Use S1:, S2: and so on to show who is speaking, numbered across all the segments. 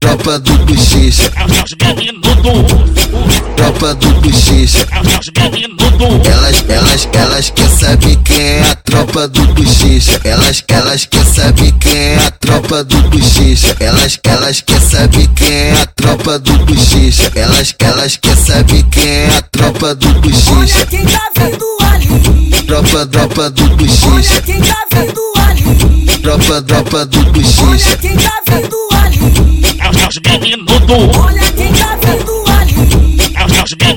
S1: Tropa do bochecha, tropa do bochecha. Elas, elas, elas quer saber quem é a tropa do bochecha. Elas, elas quer saber quem é a tropa do bochecha. Elas, elas quer saber quem é a tropa do bochecha. Elas, elas quer saber quem é a tropa do
S2: Olha
S1: bochecha.
S2: quem tá vindo ali.
S1: Tropa, tropa do
S2: Olha
S1: bochecha.
S2: quem tá vindo ali.
S1: Tropa, tropa do
S2: Olha
S1: bochecha.
S2: quem tá vindo ali. Olha quem tá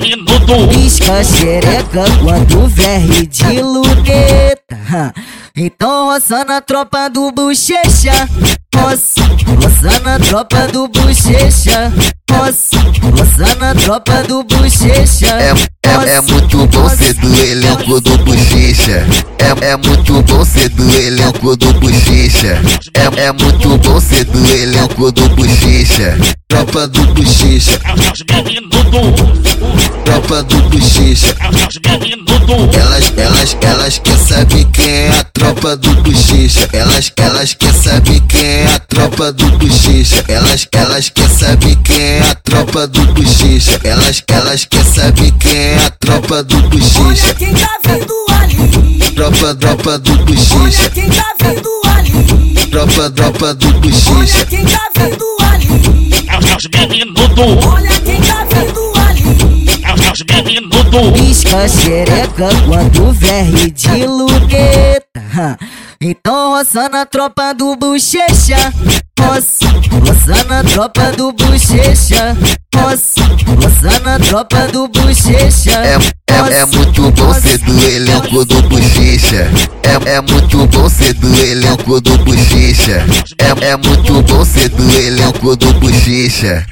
S2: vindo ali.
S3: Pisca a xereca quando verre de luneta. Então roça na tropa do bochecha. Roça, roça na tropa do bochecha. Roça, roça na tropa do bochecha.
S1: É, é, é muito bom ser do elenco do Bochecha. É, é muito bom ser do elenco do Bochecha. É, é muito bom ser do elenco do Bochecha. Tropa do Bochecha, tropa do Bochecha. Elas, elas, elas quer saber quem é a tropa do bochecha. Elas, elas quer saber quem é a tropa do bochecha. Elas, elas quer saber quem é a tropa do bochecha. Elas, elas quer saber quem é a tropa do
S2: Olha
S1: bochecha.
S2: quem tá vindo ali.
S1: Tropa, tropa do
S2: Olha
S1: bochecha.
S2: quem tá vindo ali.
S1: Tropa, tropa do
S2: Olha
S1: bochecha.
S2: quem tá vindo ali. Olha quem tá vindo ali.
S3: Pisca a xereca quando verre de luneta. Então roça na tropa do bochecha. Roça, roça na tropa do bochecha. Roça, roça na tropa do bochecha.
S1: É, é, é muito bom ser do elenco do Bochecha. É, é muito bom ser do elenco do Bochecha. É, é muito bom ser do elenco do Bochecha.